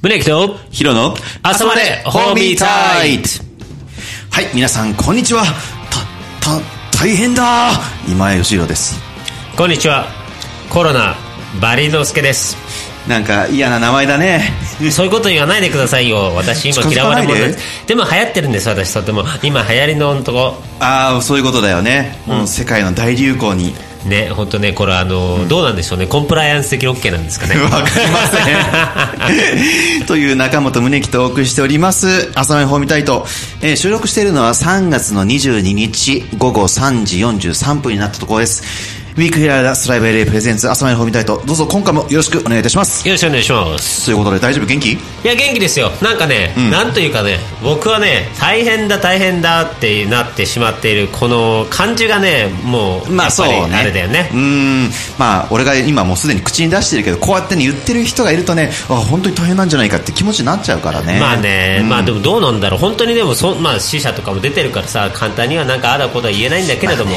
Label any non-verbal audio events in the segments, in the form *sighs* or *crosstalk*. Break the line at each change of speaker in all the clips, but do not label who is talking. ブレイクと
ヒロの
朝までホーミータイ
トはい、皆さん、こんにちは。た、た、大変だ今井義弘です。
こんにちはコロナバリノスケです
なんか嫌な名前だね。
そういうこと言わないでくださいよ私今
近づかないで
嫌われ者なんですでも流行ってるんです私とても今流行りのとこ
ああ、そういうことだよね。もう世界の大流行に。
ね本当ねこれあの、どうなんでしょうねコンプライアンス的に OK なんですかね
わかりません。という中本宗樹とお送りしております。朝までホーミータイト。えー収録しているのは3月の22日午後3時43分になったところです。ウィークヘラーダスライブ LA プレゼンツ朝までホーミータイト。どうぞ今回もよろしくお願いいたします。
よろしくお願いします
ということで大丈夫元気
いや元気ですよなんかね、なんというかね僕はね大変だ大変だってなってしまっているこの感じがねもうや
まあ
っ
そ
ぱ
う
り
ね
あれだよね
うーんまあ俺が今もうすでに口に出してるけどこうやってね言ってる人がいるとねあ本当に大変なんじゃないかって気持ちになっちゃうからね
まあね、まあでもどうなんだろう本当にでもそ、まあ、死者とかも出てるからさ簡単にはなんかあだこだ言えないんだけれども、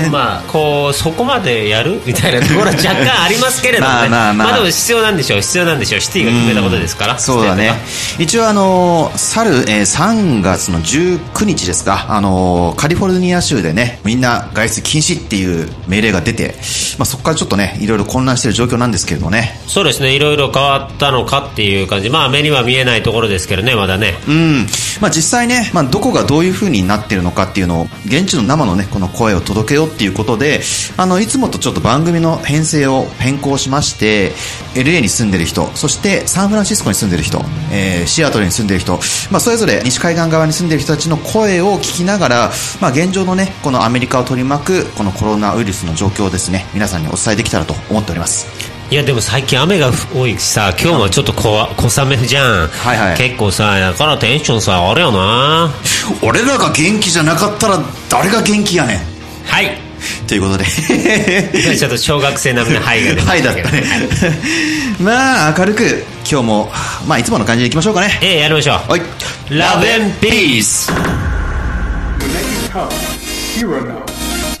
でもまあこうそこまでやるみたいなところは若干ありますけれどもね
まあまあまあ
でも必要なんでしょう必要なんでしょうシティが決めたことですから、
そうだね一応あのー去る、えー3月の19日ですか、あのーカリフォルニア州でねみんな外出禁止っていう命令が出て、まあ、そこからちょっとねいろいろ混乱してる状況なんですけれどもね
そうですねいろいろ変わったのかっていう感じまあ目には見えないところですけどねまだね
うんまあ、実際ね、まあ、どこがどういう風になってるのかっていうのを現地の生のねこの声を届けようっていうことであのいつもとちょっと番組の編成を変更しまして LA に住んでる人そしてサンフランシスコに住んでる人、えーシアトルに住んでる人、まあ、それぞれ西海岸側に住んでる人たちの声を聞きながら、まあ、現状のねこのアメリカを取り巻くこのコロナウイルスの状況をですね皆さんにお伝えできたらと思っております
いやでも最近雨が多いしさ今日もちょっと小小雨じゃん、
はいはい
結構さだからテンションさあれよな
俺らが元気じゃなかったら誰が元気やねん *laughs*
はい
ということで
ちょっと小学生並みの「はい」が出ま
はい
し
だ
たけ
った
ど、
ね *laughs* まあ明るく今日もまあいつもの感じでいきましょうかね
ええやりましょう
はい
ラブエンピース
Next home, Hero Now,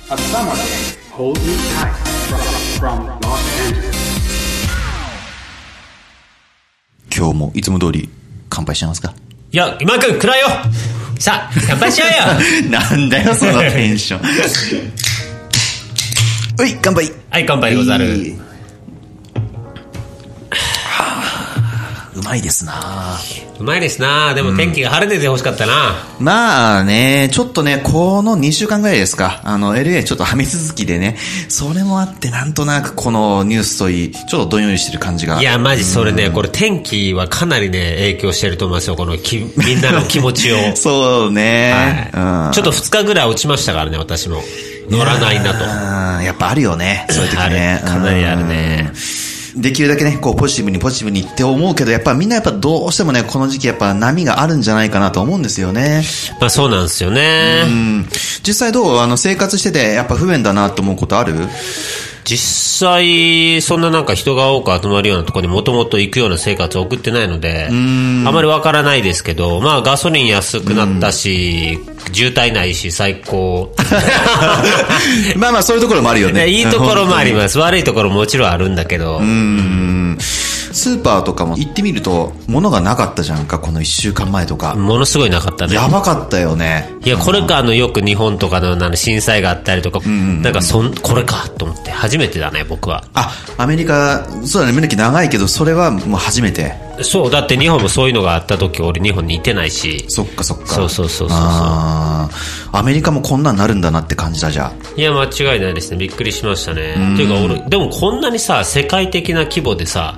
a summer day. Hold me tight from, from Los Angeles.
今日もいつも通り乾杯しちゃいますか
いや今井君くらいよさあ乾杯しよう *laughs* よ
*laughs* なんだよそのテン *laughs* ションうい乾杯
はい乾杯でござる
うまい *sighs* ですな
うまいですなでも天気が晴れててほしかったな、
まあね、ちょっとね、この2週間ぐらいですか、あの、LA ちょっとはみ続きでね、それもあって、なんとなくこのニュースといい、ちょっとどんよりしてる感じが。
いやマジそれねこれ天気はかなりね影響してると思いますよこのき *laughs* みんなの気持ちを
そうね、うん。
ちょっと2日ぐらい落ちましたからね私も乗らないなと
うんやっぱあるよね。そういう時ね。
あるかなりあるね
うん。できるだけね、こう、ポジティブにポジティブにって思うけど、やっぱみんなやっぱどうしてもね、この時期やっぱ波があるんじゃないかなと思うんですよね。
まあそうなんですよね、
うん。実際どうあの、生活してて、やっぱ不便だなと思うことある
実際そんななんか人が多く集まるようなところにもともと行くような生活を送ってないのであまりわからないですけど、まあ、ガソリン安くなったし渋滞ないし最高
まあまあ、そういうところもあるよね。
ねいいところもあります悪いところももちろんあるんだけど
うんスーパーとかも行ってみると物がなかったじゃんかこの1週間前とか、
ものすごいなかったね
やばかったよね
いやこれかあのよく日本とかのあの震災があったりとかなんかそんこれかと思って初めてだね僕は
あアメリカそうだねメキ長いけどそれはもう初めて
そうだって日本もそういうのがあった時俺日本にいてないし
そっかそっか
そうそうそうそうそう
あーアメリカもこんなんなるんだなって感じだじゃ
いや間違いないですねびっくりしましたねっていうか俺でもこんなにさ世界的な規模でさ、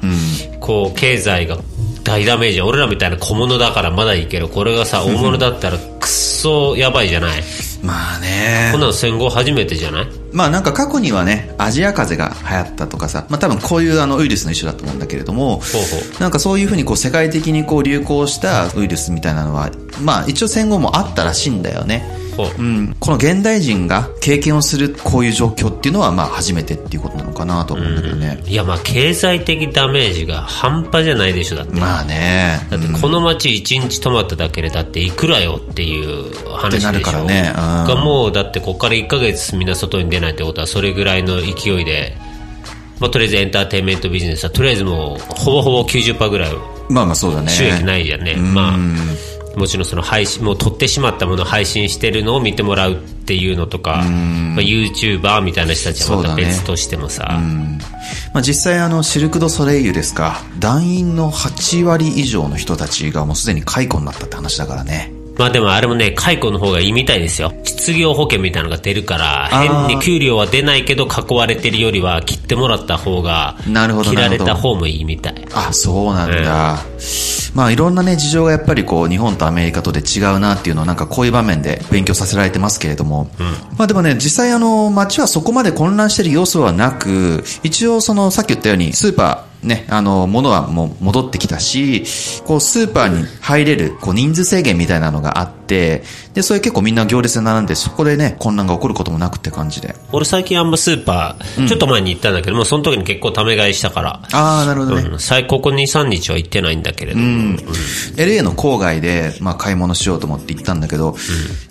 こう経済が大ダメージ俺らみたいな小物だからまだいいけどこれがさ大物だったらくっそやばいじゃない
まあね
こんなの戦後初めてじゃない
まあなんか過去にはねアジア風邪が流行ったとかさまあ多分こういうあのウイルスの一種だと思うんだけれども
ほうほう
なんかそういうふうにこう世界的にこう流行したウイルスみたいなのはまあ一応戦後もあったらしいんだよね
ほう
うん、この現代人が経験をするこういう状況っていうのはまあ初めてっていうことなのかなと思うんだけどね、
いやまあ経済的ダメージが半端じゃないでしょだって、
まあね
だってこの街1日泊まっただけでだっていくらよっていう話でしょ
ってなるからねうん
がもうだってここから1ヶ月みんな外に出ないってことはそれぐらいの勢いで、まあ、とりあえずエンターテインメントビジネスはとりあえずもうほぼほぼ90%ぐらい
まあまあそうだね
収益ないじゃんね、
うん
まあもちろんその配信もう撮ってしまったものを配信してるのを見てもらうっていうのとか、まあ、YouTuber みたいな人たちはま
そ
た
うだね
別としてもさ、
まあ、実際あのシルク・ドゥ・ソレイユですか団員の8割以上の人たちがもうすでに解雇になったって話だからね
まあでもあれもね解雇の方がいいみたいですよ失業保険みたいなのが出るから
あー
変に給料は出ないけど囲われてるよりは切ってもらった方が
なるほど
切られ
なる
た
ほ
方もいいみたい
あそうなんだ、まあいろんなね事情がやっぱりこう日本とアメリカとで違うなっていうのをなんかこういう場面で勉強させられてますけれども、まあでもね実際あの街はそこまで混乱してる要素はなく一応そのさっき言ったようにスーパーね、あの、物はもう戻ってきたし、こう、スーパーに入れる、こう、人数制限みたいなのがあって、で、それ結構みんな行列で並んで、そこでね、混乱が起こることもなくって感じで。
俺最近あんまスーパー、ちょっと前に行ったんだけどもうその時に結構ため買いしたから
ああ、なるほどね。
うん、最ここ23日は行ってないんだけれども、
LA の郊外で、まあ、買い物しようと思って行ったんだけど、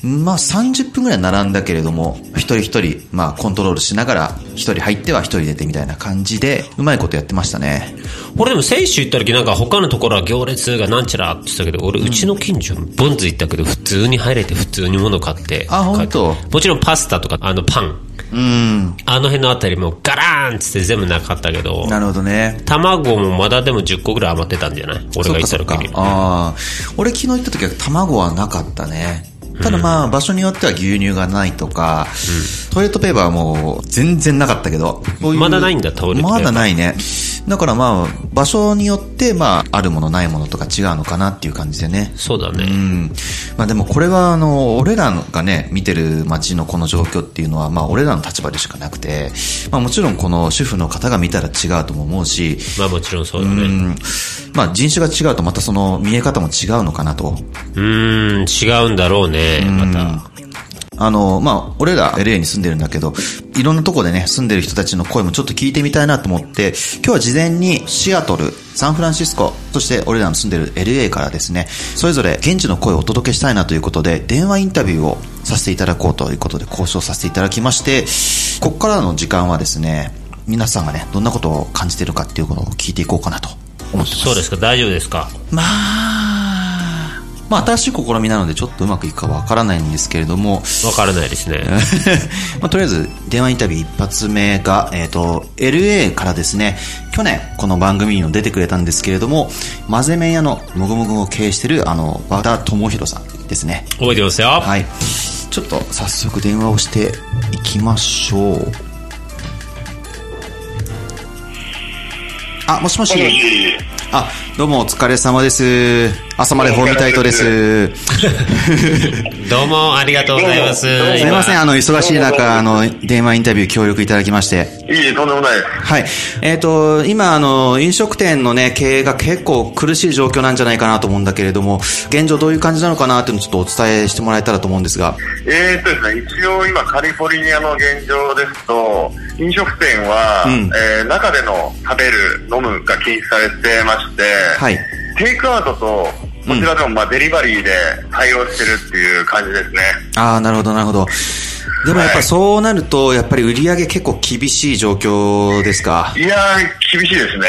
まあ、30分ぐらい並んだけれども、一人一人、まあ、コントロールしながら、一人入っては一人出てみたいな感じで、うまいことやってましたね。
俺でも選手行った時なんか他のところは行列がなんちゃらって言ってたけど俺うちの近所ボンズ行ったけど普通に入れて普通に物買って
あ本当
もちろんパスタとかあのパン
うん。
あの辺のあたりもガラーンっつって全部なかったけど
なるほどね。
卵もまだでも10個ぐらい余ってたんじゃない俺が行った時に
そっかそっかああ。俺昨日行った時は卵はなかったね。ただまあ、場所によっては牛乳がないとか、トイレットペーパーはもう全然なかったけど、そういう
まだないんだトイレットペーパー
まだないね。だからまあ、場所によって、まあ、あるものないものとか違うのかなっていう感じでね。
そうだ
う
ね、
ん。まあでもこれはあの、俺らがね、見てる街のこの状況っていうのは、まあ俺らの立場でしかなくて、まあもちろんこの主婦の方が見たら違うとも思うし、
まあもちろんそうだね
う、
うん
まあ人種が違うとまたその見え方も違うのかなと。
ーん違うんだろうねまた
あの、まあ俺ら LA に住んでるんだけど、いろんなとこでね、住んでる人たちの声もちょっと聞いてみたいなと思って、今日は事前にシアトル、サンフランシスコ、そして俺らの住んでる LA からですね、それぞれ現地の声をお届けしたいなということで、電話インタビューをさせていただこうということで交渉させていただきまして、ここからの時間はですね、皆さんがね、どんなことを感じてるかっていうことを聞いていこうかなと思ってます。
そうですか大丈夫ですか
まあ、まあ新しい試みなのでちょっとうまくいくかわからないんですけれども、
わからないですね
*laughs* まあ、とりあえず電話インタビュー一発目が、えっ、と、LA からですね、去年この番組にも出てくれたんですけれども、混ぜ麺屋のもぐもぐを経営してるあの、和田智弘さんですね。
覚えてますよ、
はい。ちょっと早速電話をしていきましょう。あ、もしもし。あ、どうもお疲れ様です。朝までホームタイトです。
どうもありがとうございます。
どうも
すいません、あの、忙しい中、あの、電話インタビュー協力いただきまして。
いえ、とんでもないです。
はい。えっ、と、今、あの、飲食店のね、経営が結構苦しい状況なんじゃないかなと思うんだけれども、現状どういう感じなのかなっていうのをちょっとお伝えしてもらえたらと思うんですが。
えー、とですね、一応今、カリフォルニアの現状ですと、飲食店は、
うん
えー中での食べる、飲むが禁止されてまして、
はい。
テイクアウトと、こちらでもまあデリバリーで対応してるっていう感じですね。
ああ、なるほど、なるほど。でもやっぱそうなると、やっぱり売り上げ結構厳しい状況ですか。 *laughs*
いやー、厳しいですね。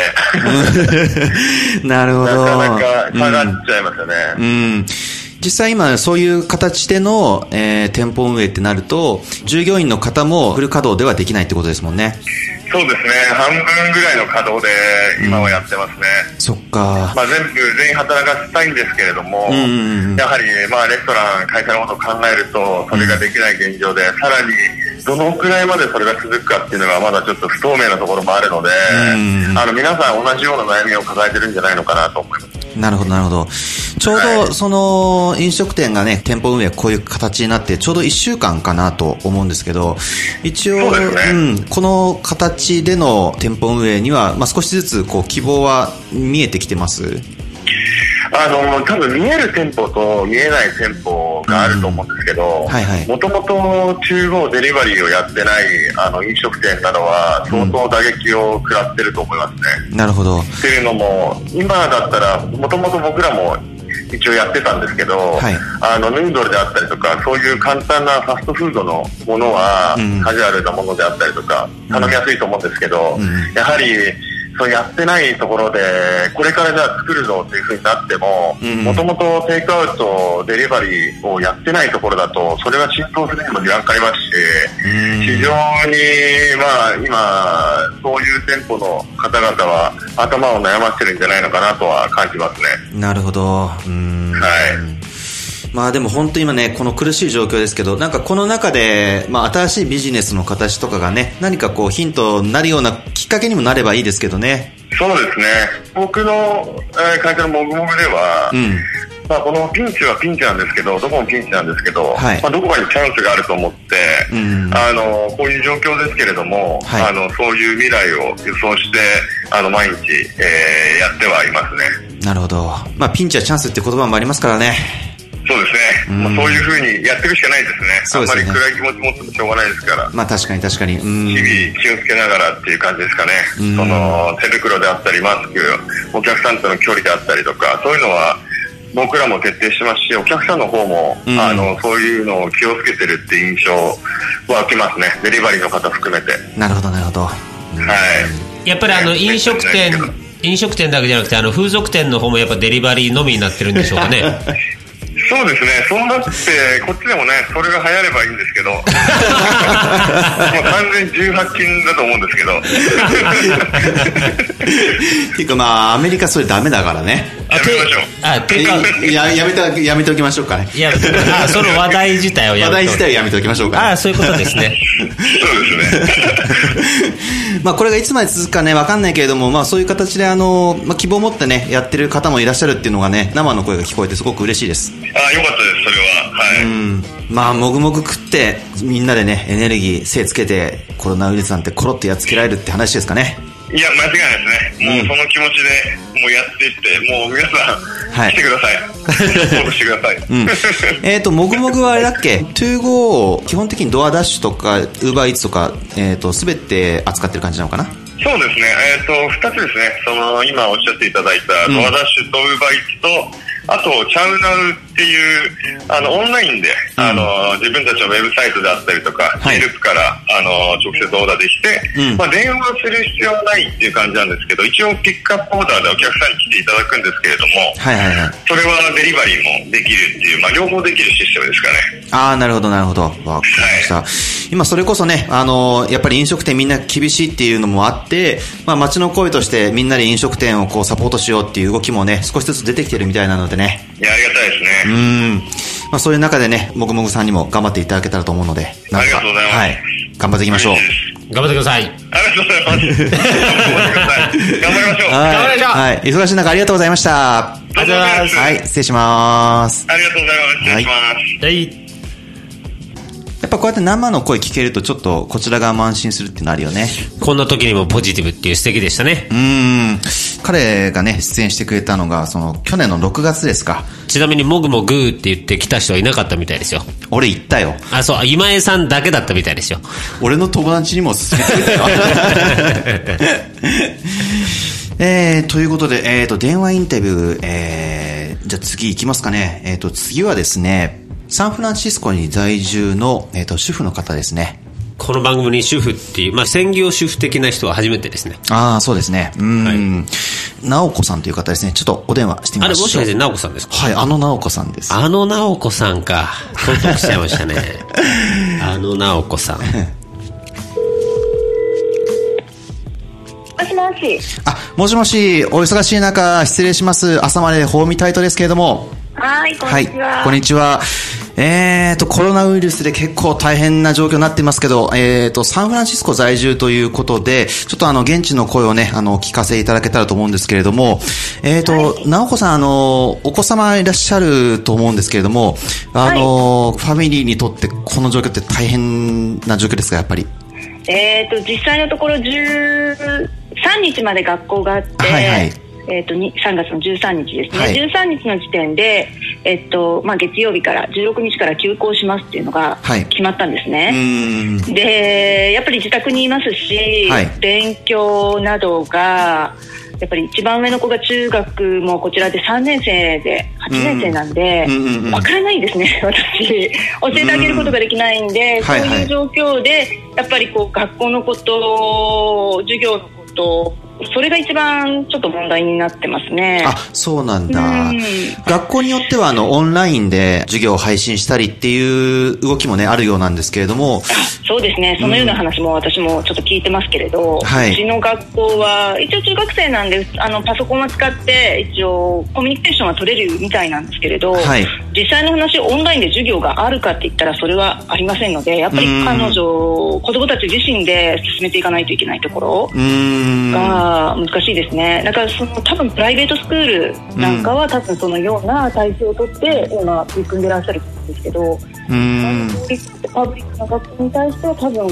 なるほ
な
ど。
かなか下
う
が
ん
っちゃいますよね。
うん。実際今そういう形での、えー店舗運営ってなると、従業員の方もフル稼働ではできないってことですもんね。
そうですね、半分ぐらいの稼働で今はやってますね。
そっか。
まあ、全部全員働かせたいんですけれども、
うんうんうん
やはり、まあ、レストラン、会社のことを考えると、それができない現状で、さらにどのくらいまでそれが続くかっていうのが、まだちょっと不透明なところもあるので、
んうん
あの皆さん、同じような悩みを抱えてるんじゃないのかなと思います。
なるほど、なるほど。ちょうど、その、飲食店がね、店舗運営こういう形になって、ちょうど1週間かなと思うんですけど、一応、
そうですね
うん、この形での店舗運営には、まあ、少しずつ、こう、希望は見えてきてます
あの多分見える店舗と見えない店舗があると思うんですけど
はいはい
もともと厨房デリバリーをやってないあの飲食店などは相当打撃を食らってると思いますね、
なるほど。
っていうのも今だったらもともと僕らも一応やってたんですけど、
はい
あのヌードルであったりとかそういう簡単なファストフードのものは、
うん
カジュアルなものであったりとか頼みやすいと思うんですけど、
うん
やはりそうやってないところで、これからじゃあ作るぞっていうふうになっても、もともとテイクアウト、デリバリーをやってないところだと、それが浸透するにも時間かかりますし、非常に、まあ、今、そういう店舗の方々は頭を悩ませてるんじゃないのかなとは感じますね。
なるほど。うーん。
はい
まあでも本当今ね、この苦しい状況ですけど、なんかこの中で、まあ新しいビジネスの形とかがね、何かこうヒントになるようなきっかけにもなればいいですけどね。
そうですね。僕の、えー会社のもぐもぐでは、
うん。
まあ、このピンチはピンチなんですけど、どこもピンチなんですけど、
はい
まあ、どこかにチャンスがあると思って、
うん
あのこういう状況ですけれども、
はい
あのそういう未来を予想して、あの毎日、えーやってはいますね。
なるほど。まあピンチはチャンスって言葉もありますからね。
そうですね、
うん
まあ、そういうふうにやっていくしかないですね、
そうですね
あんまり暗い気持ち持ってもしょうがないですから。
まあ確かに確かに。う
日
ーん。
々気をつけながらっていう感じですかね、
うん
その手袋であったり、マスク、お客さんとの距離であったりとか、そういうのは僕らも徹底してますし、お客さんの方も、
うん
あのそういうのを気をつけてるって印象は受けますね、デリバリーの方含めて。
なるほどなるほど。
はい
やっぱりあの
ね
飲食店
ね
飲食店だけじゃなくてあの風俗店の方もやっぱデリバリーのみになってるんでしょうか
*laughs*
ね
そうですね、そうなって、こっちでもね、それが流行ればいいんで
*laughs*
すけど、もう完全に18禁だと思うんですけど、
っていうかまあアメリカそれダメだからね。
あ
やめましょう
あてか
いややめて、やめておきましょうかね。
いやあその話題自体をや
話
めて
題自体をやめておきましょうかね
ああそういうことですね
そうですね。
*laughs* まあこれがいつまで続くかね、わかんないけれども、まあそういう形であの、まあ希望を持ってね、やってる方もいらっしゃるっていうのがね、生の声が聞こえてすごく嬉しいです。
ああ、よかったです、それは。はい。
うん。まあもぐもぐ食って、みんなでね、エネルギー、精つけて、コロナウイルスなんてコロッとやっつけられるって話ですかね。
いや、間違いないですね。もうその気持ちで、もうやっていって、もう皆さ
は
ん、
い
来てください。登録してください。。
うんえっと、もぐもぐはあれだっけ ?2GO、基本的にドアダッシュとか、ウーバーイーツとか、えっ、と、すべて扱ってる感じなのかな
*laughs* そうですね。えっ、と、二つですね。その、今おっしゃっていただいた、
ん
ドアダッシュとウーバーイーツと、あと、チャウナウっていう、あの、オンラインで、あの、自分たちのウェブサイトであったりとか、
はい
ヘルプから、あの、直接オーダーできて、
うん
まあ、電話する必要はないっていう感じなんですけど、一応ピックアップオーダーでお客さんに来ていただくんですけれども、
はいはいはい。
それはデリバリーもできるっていう、まあ、両方できるシステムですかね。
ああ、なるほど、なるほど。わかりました。今、それこそね、あのーやっぱり飲食店みんな厳しいっていうのもあって、まあ、街の声としてみんなで飲食店をこうサポートしようっていう動きもね、少しずつ出てきてるみたいなのでね。
いや、ありがたいです
う
ね。
ん。まあ、そういう中でね、もぐもぐさんにも頑張っていただけたらと思うので、なん
あり
か
がとうございます
はい。頑張っていきましょう。
*laughs* 頑張ってください
ありがとうございます。
頑張りま
はい。
頑張りましょう。
しょう
はい。忙しい中、ありがとうございました。
ありがとうございます
はい、失礼します。
ありがとうございます。失礼します。
はい
やっぱこうやって生の声聞けると、ちょっとこちら側も安心するってなるよね。
こんな時にもポジティブっていう素敵でしたね
うーん。彼がね、出演してくれたのが、その、去年の6月ですか。
ちなみにもぐもぐーって言ってきた人はいなかったみたいですよ
俺行ったよ。
あそう今江さんだけだったみたいです *laughs* よ
俺の友達にも勧めてくれたよ。
*laughs*
えー、ということで、えーと、電話インタビュー、えー、じゃあ次行きますかね。えーと、次はですね、サンフランシスコに在住の、えーと、主婦の方ですね。
この番組に主婦っていう、まあ、専業主婦的な人は初めてですね
ああ、そうですね。うーん。直子さんという方ですね。ちょっとお電話してみ
あれ
ま
も
しょう。
しかして直子さんですか
はい、あの直子さんです。
あの直子さんか到着しちゃいま *laughs* したねあの直子さん
もしもし。
あ、もしもし、お忙しい中、失礼します。朝までホーミタイトですけれども。
はい、こんにちは。
こんにちは。えーと、コロナウイルスで結構大変な状況になっていますけど、えーと、サンフランシスコ在住ということで、ちょっとあの、現地の声をね、あの、お聞かせいただけたらと思うんですけれども、えーと、なおこさん、あの、お子様いらっしゃると思うんですけれども、あの、ファミリーにとってこの状況って大変な状況ですか、やっぱり。
えっ、と、実際のところ13日まで学校があって、
はいはい
えっ、と、に3月の13日ですね。
はい
13日の時点で、えっ、と、まあ、月曜日から、16日から休校しますっていうのが
はい
決まったんですね。
ん。
でやっぱり自宅にいますし、
はい
勉強などがやっぱり一番上の子が中学もこちらで3年生で8年生なんで、
うん
わ
うんうんうん
分からないですね *laughs* 私教えてあげることができないんで、
うんはいはい
そういう状況でやっぱりこう学校のこと授業のことそれが一番ちょっと問題になってますね。
あ、そうなんだ
うん。
学校によっては、あの、オンラインで授業を配信したりっていう動きもね、あるようなんですけれども、
そうですね、そのような話も私もちょっと聞いてますけれど、
はいう
ちの学校は、一応中学生なんです、あのパソコンを使って、一応コミュニケーションは取れるみたいなんですけれど、
はい
実際の話、オンラインで授業があるかって言ったら、それはありませんので、やっぱり
うん
彼女、子供たち自身で進めていかないといけないところ。
うーん。
が難しいですねだからその多分プライベートスクールなんかは、多分そのような体制をとって今取り組んでらっしゃるんですけど、
うーん。
パブリックの学校に対しては多分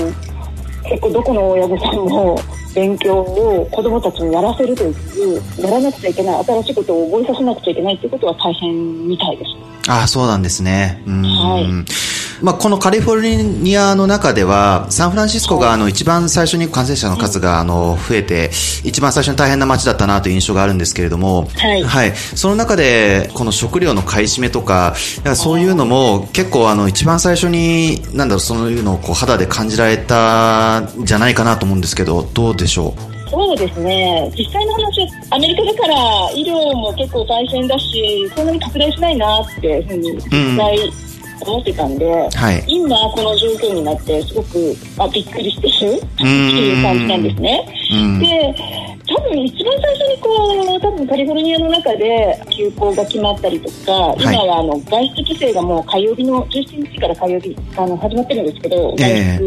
結構どこの親御さんも勉強を子どもたちにやらせるというやらなくちゃいけない新しいことを覚えさせなくちゃいけないっていうことは大変みたいです
あそうなんですね。うん、
はい
まあ、このカリフォルニアの中では、サンフランシスコがあの一番最初に感染者の数があの増えて、一番最初に大変な街だったなという印象があるんですけれども、
はい
その中で、この食料の買い占めとか、だからそういうのも結構あの一番最初に、なんだろう、そういうのをこう肌で感じられたんじゃないかなと思うんですけど、どうでしょう
そうですね実際の話アメリカだから医療も結構大変だしそんなに拡大しないなっていうふうに実際思ってたんで、
はい。
今この状況になってすごくあびっくりしてるって
ん
いう感じなんですね。
うん
で多分一番最初にこう多分カリフォルニアの中で休校が決まったりとか、
い
今はあの外出規制がもう火曜日の17日から火曜日あの始まってるんですけど外
え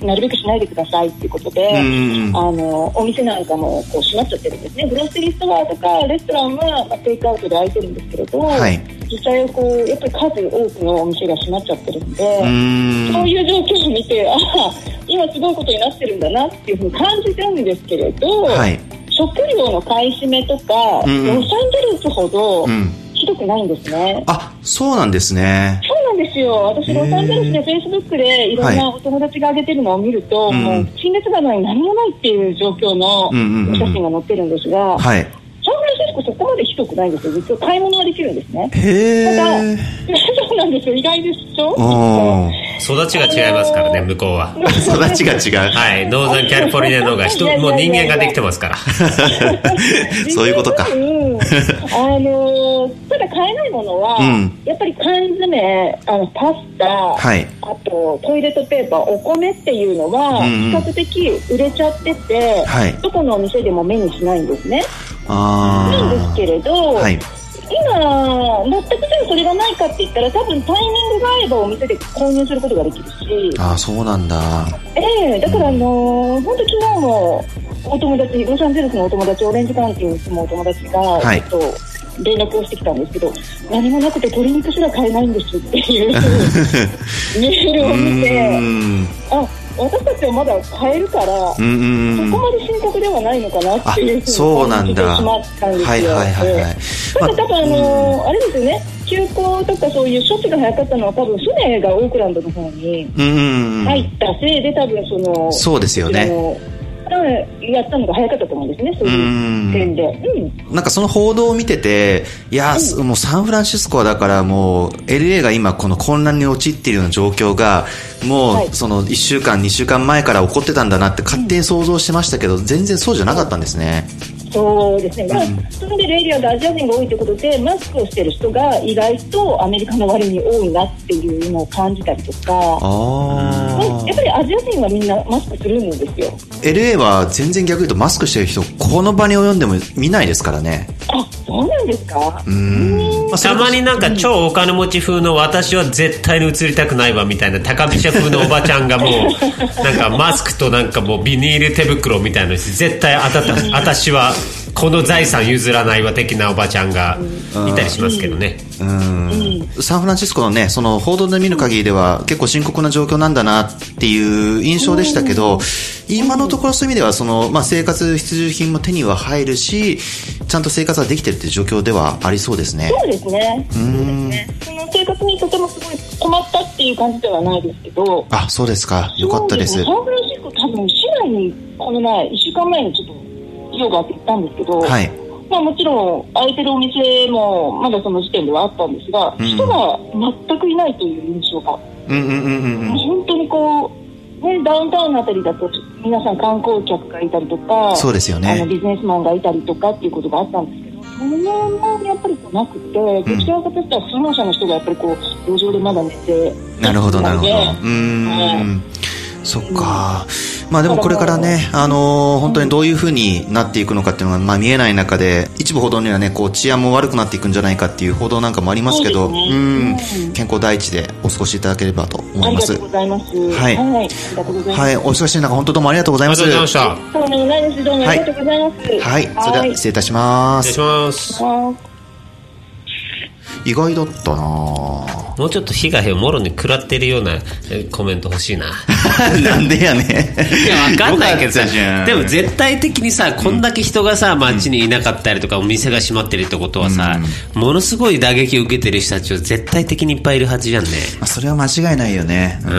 出、なるべくしないでくださいっていうことで。
うん
あのお店なんかもこう閉まっちゃってるんですね、グロッセリーストアとかレストランは、まあ、テイクアウトで開いてるんですけれど、
はい
実際はこうやっぱり数多くのお店が閉まっちゃってるんで、
うん
そういう状況を見て、ああ、今すごいことになってるんだなっていうふうに感じてるんですけれど、
はい。
食料の買い占めとか、
うん
ロサンゼルスほど
うん。
ひどくないんですね。
あ、そうなんですね。
そうなんですよ私、
へー
ロサンゼルスでフェイスブックでいろんなお友達が上げてるのを見ると、
うん
もう陳列棚に何もないっていう状況のお
うんうんうん
写真が載ってるんですが、サン
はい。
フランシスコ、そこまでひどくないんですよ、実は買い物はできるんですね。
へ
ただ、 *laughs*
ー。
そうなんですよ、意外でしょ *laughs*
おー *laughs*
育ちが違いますからね、向こうは。
育ちが違う。
はい、ノーザンキャリフォルニアの方が人、もう人間ができてますから。
そういうことか
うん、あのただ買えないものは、
うん
やっぱり缶詰あのパスタ、
はい。
あとトイレットペーパーお米っていうのは
う
比
んうん
較的売れちゃってて、
はい
どこのお店でも目にしないんですね。なんで
あ
すけれど、
ー。はい。
今全くじゃあそれがないかって言ったら多分タイミングが合えばお店で購入することができるし。
あー、そうなんだ。
ええだからあのー本当昨日もお友達ロサンゼルスのお友達オレンジカウンティに住むお友達が
は
ち
い
ょっと連絡をしてきたんですけど、何もなくて鶏肉すら買えないんですって
*laughs*
いうメール
う
を見
ー
て
ん。
あ私たちはまだ買えるから、
うんうんうん
そこまで深刻ではないのかな
あ
っていうふうに感じてし
そうなんだ。
ま
は
ったん
い
ですよ。
はいはいはい。
ただ多分あ
ま
のーあれですよね休校とかそういう処置が早かったのは多分船がオークランドの方に
うんうんうん
入ったせいで多分その
そうですよね。
あのうんやったのが早かったと思うんですね、そういう点で。うん、
なんかその報道を見てて、いや、もうサンフランシスコはだからもう LA が今この混乱に陥っているような状況が、
は
もう
い
その1週間2週間前から起こってたんだなって勝手に想像してましたけど、全然そうじゃなかったんですね。
そうですね、まあ
うん、
住んでるエリアがアジア人が多いということで、マスクをしてる人が意外とアメリカの割に多いなっていうのを感じたりとか、
あ
や
ー
っぱりアジア人はみんなマスクするんですよ。
LA は全然逆に言うとマスクしてる人この場に及んでも見ないですからね
あそうなんですか、
うーん、まあ、そ
た
れ
まになんか超お金持ち風の私は絶対に映りたくないわみたいな高飛車風のおばちゃんがもう
*laughs*
なんかマスクとなんかもうビニール手袋みたいなのして絶対あたた私はこの財産譲らないわ的なおばちゃんがいたりしますけどね、
うんサンフランシスコのねその報道で見る限りでは結構深刻な状況なんだなっていう印象でしたけど今のところそういう意味ではその、まあ、生活必需品も手には入るしちゃんと生活はできてるっていう状況ではありそうですね
そうですね、
うーん
その生活にとてもすごい困ったっていう感じではないですけど、
あそうですかよかったです
そうねサンフランシスコ、多分市内にこの前、1週間前にちょっと事情があって行ったんですけど、
はい
まあ、もちろん空いてるお店もまだその時点ではあったんですが、
うん
人が全くいないという印象が、
うんうんうんうんうん
もう本当にこう、ね、ダウンタウンのあたりだと皆さん観光客がいたりとか
そうですよね
あのビジネスマンがいたりとかっていうことがあったんですけどそのままやっぱりこうなくてどちらかとしたら相談者の人がやっぱりこう路上でまだ寝て
なるほどなるほどう
ので
ーんそっかまあでもこれからね、あのー本当にどういうふうになっていくのかっていうのが、まあ、見えない中で一部報道にはねこう治安も悪くなっていくんじゃないかっていう報道なんかもありますけど
そうです
う
ね
ん健康第一でお過ごしいただければと思
あ
い
り
ま
がと
す
うございます
はい
はい、ありがとうございます、
はいお忙しい中本当どうもありがとうござい
あ
ま
りが
す
とうございました失
そうでもないですどうもありがとうございます
はいそれでは失礼いたしま
礼
す
します
はい
意外だったなぁ *laughs*
もうちょっと被害をもろに食らってるようなえコメント欲しいな
なんでやね
いやわかんないけど
よかったじゃ
さ
ん
でも絶対的にさこんだけ人がさ街にいなかったりとかお店が閉まってるってことはさものすごい打撃を受けてる人たちは絶対的にいっぱいいるはずじゃんね
まあ、それは間違いないよね、うん
う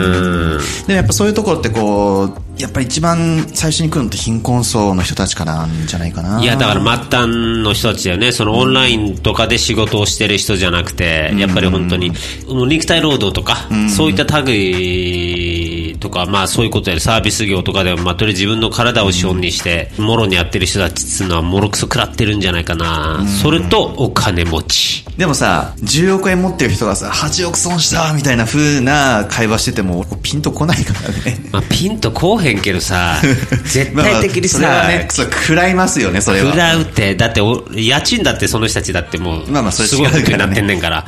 ん
でもやっぱそういうところってこうやっぱり一番最初に来るのって貧困層の人たちからなんじゃないかないい
やだから末端の人たちだよねそのオンラインとかで仕事をしてる人じゃなくて、やっぱり本当にもう肉体労働とか、そういった類とか、まあ、そういうことやサービス業とかでも、まあ、とりあえず自分の体を資本にして、もろにやってる人たちっつうのはもろくそ食らってるんじゃないかな、それとお金持ち
でもさ10億円持ってる人がさ8億損したみたいな風な会話しててもピンとこないからね
まあ、ピンとこうへんけど
*laughs*
さ絶
まあ *laughs* ま
対
あ
的にさ、
それはねそう食らいますよねそれは
食らうって、だってお、家賃だってその人たちだってもう、
まあまあそれ
すごい
違う
こと
からね
になってんねんから。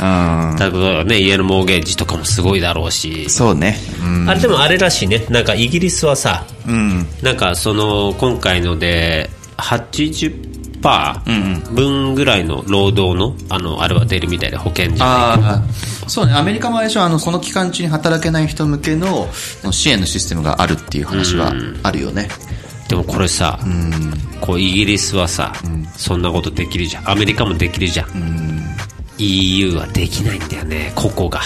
うん
だからね、家のモーゲージとかもすごいだろうし。
そうねうん
あれでもあれらしいね、なんかイギリスはさ、
うん
なんかその、今回ので、80%分ぐらいの労働の、あの、あれは出るみたいで保険じゃ
ああそうねアメリカもあれでしょあのこの期間中に働けない人向けの支援のシステムがあるっていう話はあるよね
でもこれさ、こうイギリスはさ、そんなことできるじゃん。アメリカもできるじゃん。EU はできないんだよね、個々が。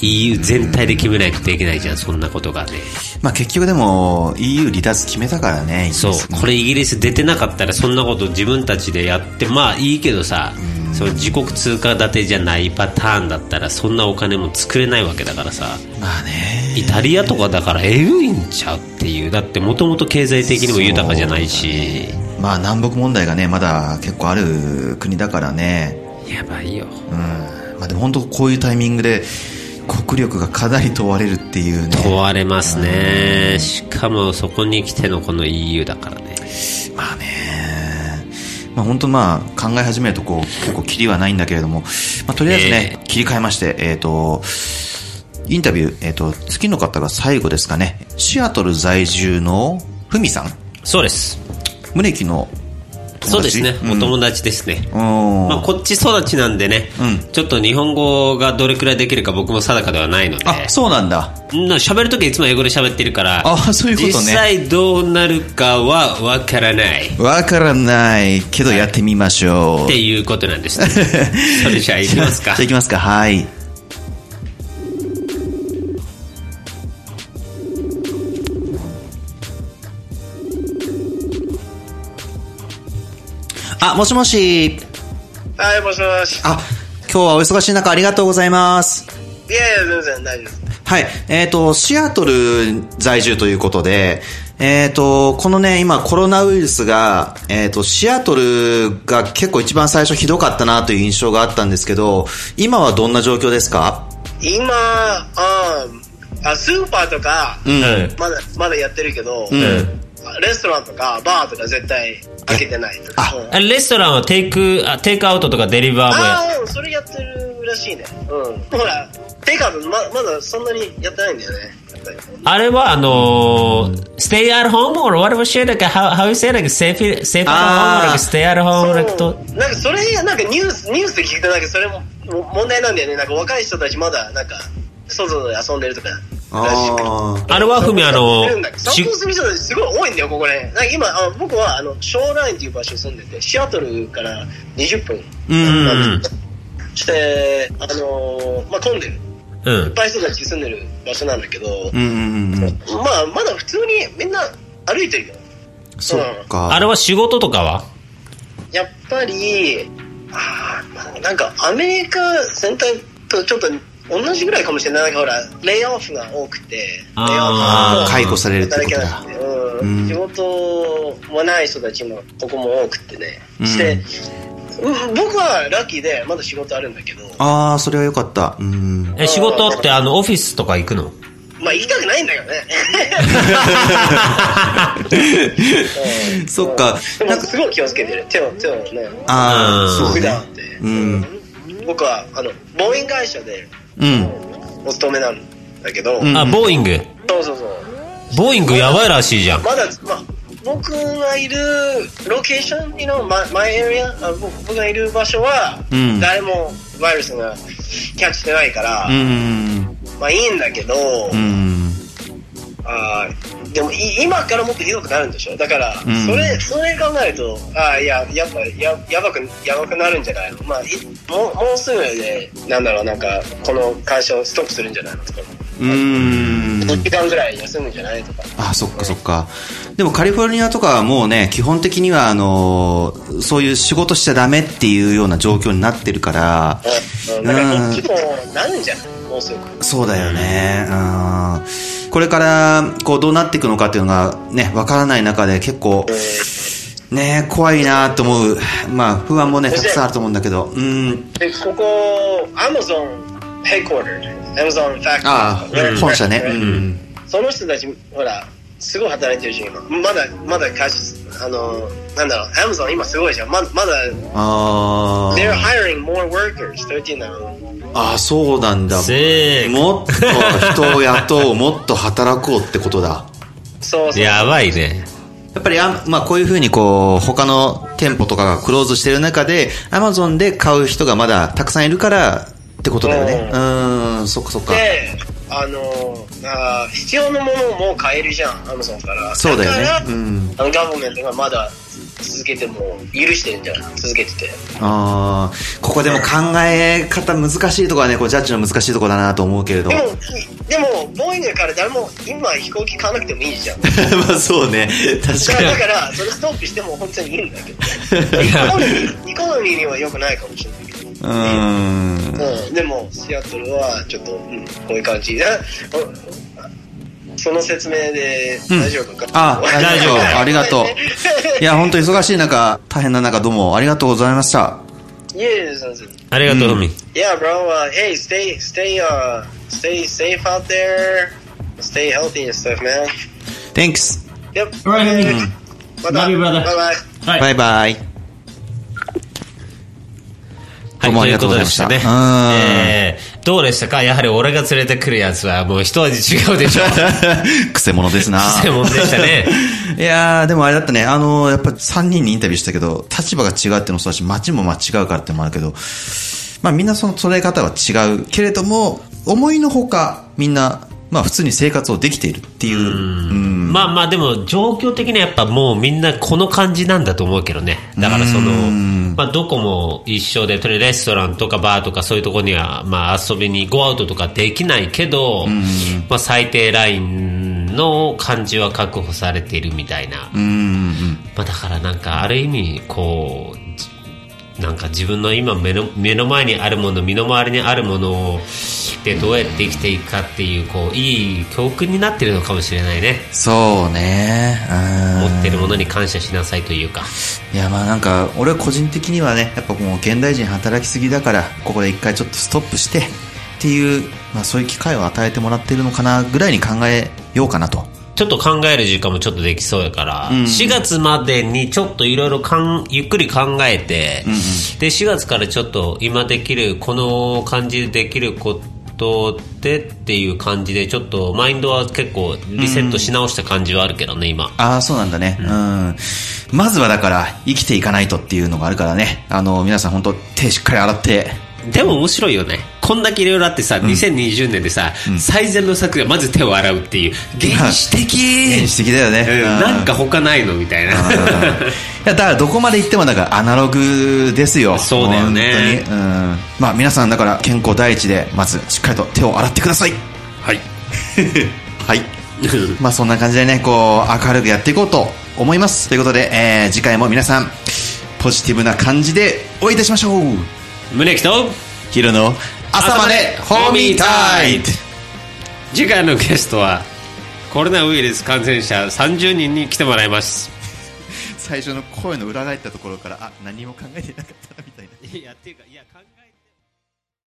EU 全体で決めないとできないじゃん、そんなことがね。
まあ結局でも EU 離脱決めたからねイギリス
そう、これイギリス出てなかったらそんなこと自分たちでやって、まあいいけどさ、その自国通貨建てじゃないパターンだったらそんなお金も作れないわけだからさ。
まあね
イタリアとかだからえぐいんちゃうっていう。だってもともと経済的にも豊かじゃないし、
まあ南北問題がねまだ結構ある国だからね
やばいよ。
うんまあでも本当こういうタイミングで国力がかなり問われるっていうね
問われますねしかもそこに来てのこの EU だからね
まあねまあ本当まあ考え始めるとこう結構キリはないんだけれども、まあ、とりあえずね、切り替えましてえっ、とインタビュー、えっと次の方が最後ですかねシアトル在住のふみさん
そうです
宗木の友達
そうですね、お友達ですね、
うん
まあ、こっち育ちなんでね、
うん
ちょっと日本語がどれくらいできるか僕も定かではないので
あそうなんだ
な喋るときいつも英語で喋ってるから
あそういうこと
実
ね
際どうなるかはわからないっ
わからないけどやってみましょう。
ていうことなんです、ね、それじゃあいきますか
*laughs* じゃあ行きますか。はい。あ、もしもし。
はい、もしもし。
あ、今日はお忙しい中ありがとうございます。
いやいや、全然大丈夫です。
はい。えっ、と、シアトル在住ということで、えっ、と、このね、今コロナウイルスが、えっ、と、シアトルが結構一番最初ひどかったなという印象があったんですけど、今はどんな状況ですか
今、うん、あスーパーとか、
*laughs* うん。
まだ、まだやってるけど、
うん。
レストランとか、バーとか絶対開けてないとか。
あ
うん
あレストランはテイクあテイクアウトとかデリバーもや
あー、うんそれやってるらしいね。うん。ほら、てか、ま、まだそんなにやってないんだよね。やっぱり
あれはあのー、stay at home or whatever shit, like how, how you say like safe, safe at home,
あー
like stay at home,
そう
like と。
なんかそれ、なんかニュース、ニュースで聞くとなんかそれもも問題なんだよね。なんか若い人たちまだ、なんか、外で遊んでるとか。らしく
あー
あれはふみあのー、
散
し
歩する人たちすごい多いんだよ、ここね。なんか今、あ僕はあのショーラインっていう場所に住んでて、シアトルから20分
うんうん
なんですよして、あのーまあ、混んでる。い
うん
っ。ぱい人たち住んでる場所なんだけど、
うんうんうんうん。
まあ、まだ普通にみんな歩いてるよ。
そっか。
あれは仕事とかは
やっぱり、あーなんかアメリカ全体とちょっと同じぐらいかもしれない。なんかほら、レイオフが多くて、レイオフ
あ
ー解雇されるってことだ
働けなくてうん
うん
仕事もない人たちもここも多くてね。して、うん僕はラッキーで、まだ仕事あるんだけど、
ああ、それはよかった。 *laughs* うん。
え、仕事ってあの、オフィスとか行くの
まあ言いたくないんだけどね。うん
そっか
でも
*laughs* なんか
すごい気をつけてる。手を、手をね、
ああ、
うん
そう
普
ね。
段って。
うん
僕は、あの、ボーイン会社で
うん。
お勤めなんだけど、
ん
あ、ボーイング。
そうそうそう。
ボーイングやばいらしいじゃん。
まだ、まあ、僕がいるロケーション、you know, my, my area、あ僕僕がいる場所は
うん、
誰もバイルスがキャッチしてないから、
うん。
まあいいんだけど、
うん。
あーでもい今からもっとひどくなるんでしょだから、
うん
それ、それ考えると、ああ、いや、やっぱ、や、やばく、やばくなるんじゃないのまあ、いもう、もうすぐで、なんだろう、なんか、この会社をストップするんじゃないのとか、
うん。
1時間ぐらい休むんじゃないとか。
あ、そっかそっか。でもカリフォルニアとかはもうね、基本的にはあのー、そういう仕事しちゃダメっていうような状況になってるから、
うん。だから、こっちもなるんじゃないもうすぐ。
そうだよね。うん。これから、こう、どうなっていくのかっていうのが、ね、わからない中で結構、ね、怖いなと思う。まあ、不安もね、たくさんあると思うんだけど。うん。
で、ここ、アマゾンヘイコーダー、アマゾンファクト
ああ、本社ね。うん。
その人たち、ほら、すごい働いてるし、今。まだ、まだ会社、あの、なんだろう、アマゾン今すごいじゃん。ままだ、
あ
they're
あ。
hiring more workers, 13なの。
ああ、そうなんだ。
せー
もっと人を雇おう、もっと働こうってことだ。
そうそう。
やばいね。
やっぱりあ、まあ、こういうふうにこう、他の店舗とかがクローズしてる中で、アマゾンで買う人がまだたくさんいるから、ってことだよね。う
う
ーん、そっかそっか。
で、あの、あー必要なものをもう買えるじゃん、アマゾンから。
そうだよね
から
うん
あの、ガバメントがまだ続けても、許してるんじゃない続けてて。
あーここでも考え方難しいところはね、こうジャッジの難しいところだなと思うけれど。、
でもでも、ボーイングから誰も今飛行機買わなくてもいいじゃん。
*laughs* まあそうね、
だ
確か
か、
ら
だ
に。
からそれストップしても本当にいいんだけど。イコノミーイコノミーには良くないかもしれないけど。
うーん。
うん、でも、シアトルはちょっと、うん、こういう感じ。だその説明で
うん
大丈夫か、
あ、大丈夫。ありがとう。いや、本当忙しい中、大変な中、どうもありがとうございました。
Yes,
ありがとう、ふみ。
yeah, bro. Uh, hey, stay, stay, uh, stay safe out there. Stay healthy and stuff, man.
Thanks.
Yep.
Alright, homie.
Bye
Love you, brother.
Bye bye.
はい
バイバイ。
は
どうもありがとうございました
ということでしたね。えーどうでしたかやはり俺が連れてくるやつはもう一味違うでしょ。
*laughs* くせ者ですな。
くせ者でしたね。
*laughs* いやー、でもあれだったね。あのー、やっぱ3人にインタビューしたけど、立場が違うってのもそうだし、街もまあ違うからってのもあるけど、まあみんなその捉え方は違うけれども、思いのほか、みんな、まあ普通に生活をできているっていう。うん
まあまあでも状況的にはやっぱもうみんなこの感じなんだと思うけどね。だからその、まあどこも一緒で、とりあえずレストランとかバーとかそういうところにはまあ遊びにゴーアウトとかできないけど、まあ最低ラインの感じは確保されているみたいな。まあだからなんかある意味こう、じなんか自分の今目の目の前にあるもの身の回りにあるものをでどうやって生きていくかっていうこういい教訓になってるのかもしれないね
そうね。うん
持ってるものに感謝しなさいというか、
いやまあなんか俺は個人的にはねやっぱもう現代人働きすぎだからここで一回ちょっとストップしてっていう、まあ、そういう機会を与えてもらってるのかなぐらいに考えようかなと
ちょっと考える時間もちょっとできそうやから、
ん
4月までにちょっといろいろゆっくり考えて、で4月からちょっと今できるこの感じでできることでっていう感じでちょっとマインドは結構リセットし直した感じはあるけどね今、
ああそうなんだねうん、まずはだから生きていかないとっていうのがあるからねあの皆さん本当手しっかり洗って
でも面白いよねこんだけいろいろあってさ、2020年でさ、最善の策がまず手を洗うっていう原始的、
原始的だよね、
うん
うん
なんか他ないのみたいな
うんいやだからどこまで行ってもだからアナログですよ
そうだよね
本当にうんまあ皆さんだから健康第一でまずしっかりと手を洗ってください
はい
*laughs* はいまあそんな感じでねこう明るくやっていこうと思いますということで、えー次回も皆さんポジティブな感じでお会いいたしましょう
*laughs* 胸きと
ヒロの朝までホーミータイム
次回のゲストはコロナウイルス感染者30人に来てもらいます
最初の声の裏返ったところからあ何も考えてなかったなみたいない
やっていうかいや関係